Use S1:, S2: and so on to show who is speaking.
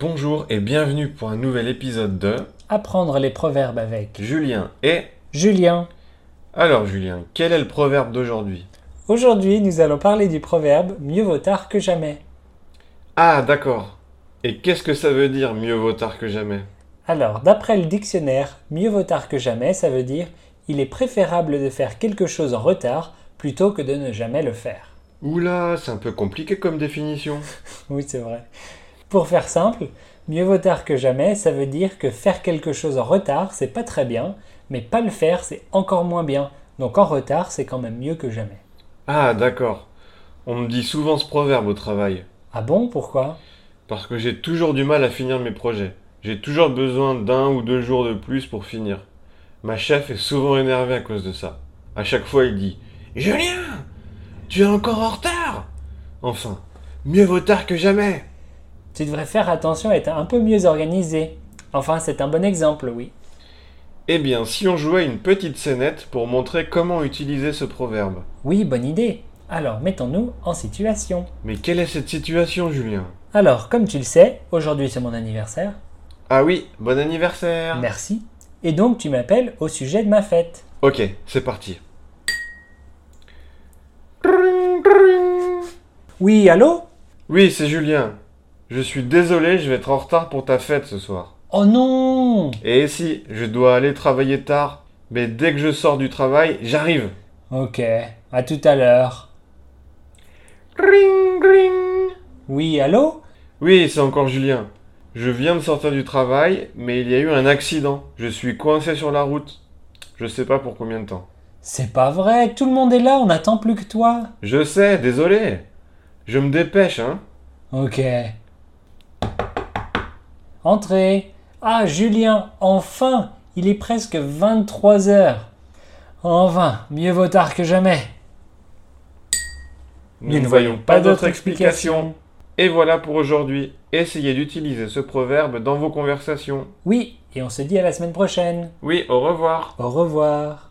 S1: Bonjour et bienvenue pour un nouvel épisode de
S2: Apprendre les proverbes avec
S1: Julien et...
S2: Julien.
S1: Alors Julien, quel est le proverbe d'aujourd'hui
S2: Aujourd'hui, nous allons parler du proverbe mieux vaut tard que jamais.
S1: Ah d'accord. Et qu'est-ce que ça veut dire mieux vaut tard que jamais
S2: Alors, d'après le dictionnaire, mieux vaut tard que jamais, ça veut dire il est préférable de faire quelque chose en retard plutôt que de ne jamais le faire.
S1: Oula, c'est un peu compliqué comme définition.
S2: Oui, c'est vrai. Pour faire simple, mieux vaut tard que jamais, ça veut dire que faire quelque chose en retard, c'est pas très bien, mais pas le faire, c'est encore moins bien. Donc en retard, c'est quand même mieux que jamais.
S1: Ah d'accord. On me dit souvent ce proverbe au travail,
S2: Ah bon, pourquoi
S1: parce que j'ai toujours du mal à finir mes projets. J'ai toujours besoin d'un ou deux jours de plus pour finir. Ma chef est souvent énervée à cause de ça. À chaque fois, il dit Julien, tu es encore en retard Enfin, mieux vaut tard que jamais
S2: Tu devrais faire attention à être un peu mieux organisé. Enfin, c'est un bon exemple, oui.
S1: Eh bien, si on jouait une petite scénette pour montrer comment utiliser ce proverbe.
S2: Oui, bonne idée. Alors, mettons-nous en situation.
S1: Mais quelle est cette situation, Julien
S2: Alors, comme tu le sais, aujourd'hui c'est mon anniversaire.
S1: Ah oui, bon anniversaire
S2: Merci. Et donc, tu m'appelles au sujet de ma fête.
S1: Ok, c'est parti.
S2: Oui, allô
S1: Oui, c'est Julien. Je suis désolé, je vais être en retard pour ta fête ce soir.
S2: Oh non
S1: Et si, je dois aller travailler tard. Mais dès que je sors du travail, j'arrive.
S2: Ok, à tout à l'heure.
S1: Ring, ring.
S2: Oui, allô
S1: Oui, c'est encore Julien. Je viens de sortir du travail, mais il y a eu un accident. Je suis coincé sur la route. Je sais pas pour combien de temps.
S2: C'est pas vrai, tout le monde est là, on attend plus que toi.
S1: Je sais, désolé. Je me dépêche, hein.
S2: Ok. Entrez. Ah, Julien, enfin Il est presque 23 heures. Enfin, mieux vaut tard que jamais. Nous ne voyons pas d'autre explication.
S1: Et voilà pour aujourd'hui. Essayez d'utiliser ce proverbe dans vos conversations.
S2: Oui, et on se dit à la semaine prochaine.
S1: Oui, au revoir.
S2: Au revoir.